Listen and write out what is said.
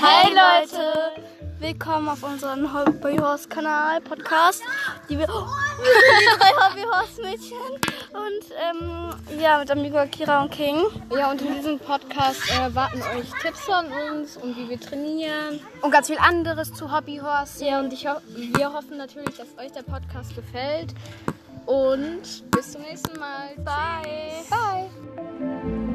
Hey Leute! Willkommen auf unserem Hobbyhorse-Kanal, Podcast. Die Oh, wir, wir sind drei Hobbyhorse-Mädchen. Und ähm, ja, mit Amigo, Kira und King. Ja, und in diesem Podcast äh, warten euch Tipps von uns und wie wir trainieren. Und ganz viel anderes zu Hobbyhorse. Ja, und ich ho wir hoffen natürlich, dass euch der Podcast gefällt. Und bis zum nächsten Mal. Bye! Bye.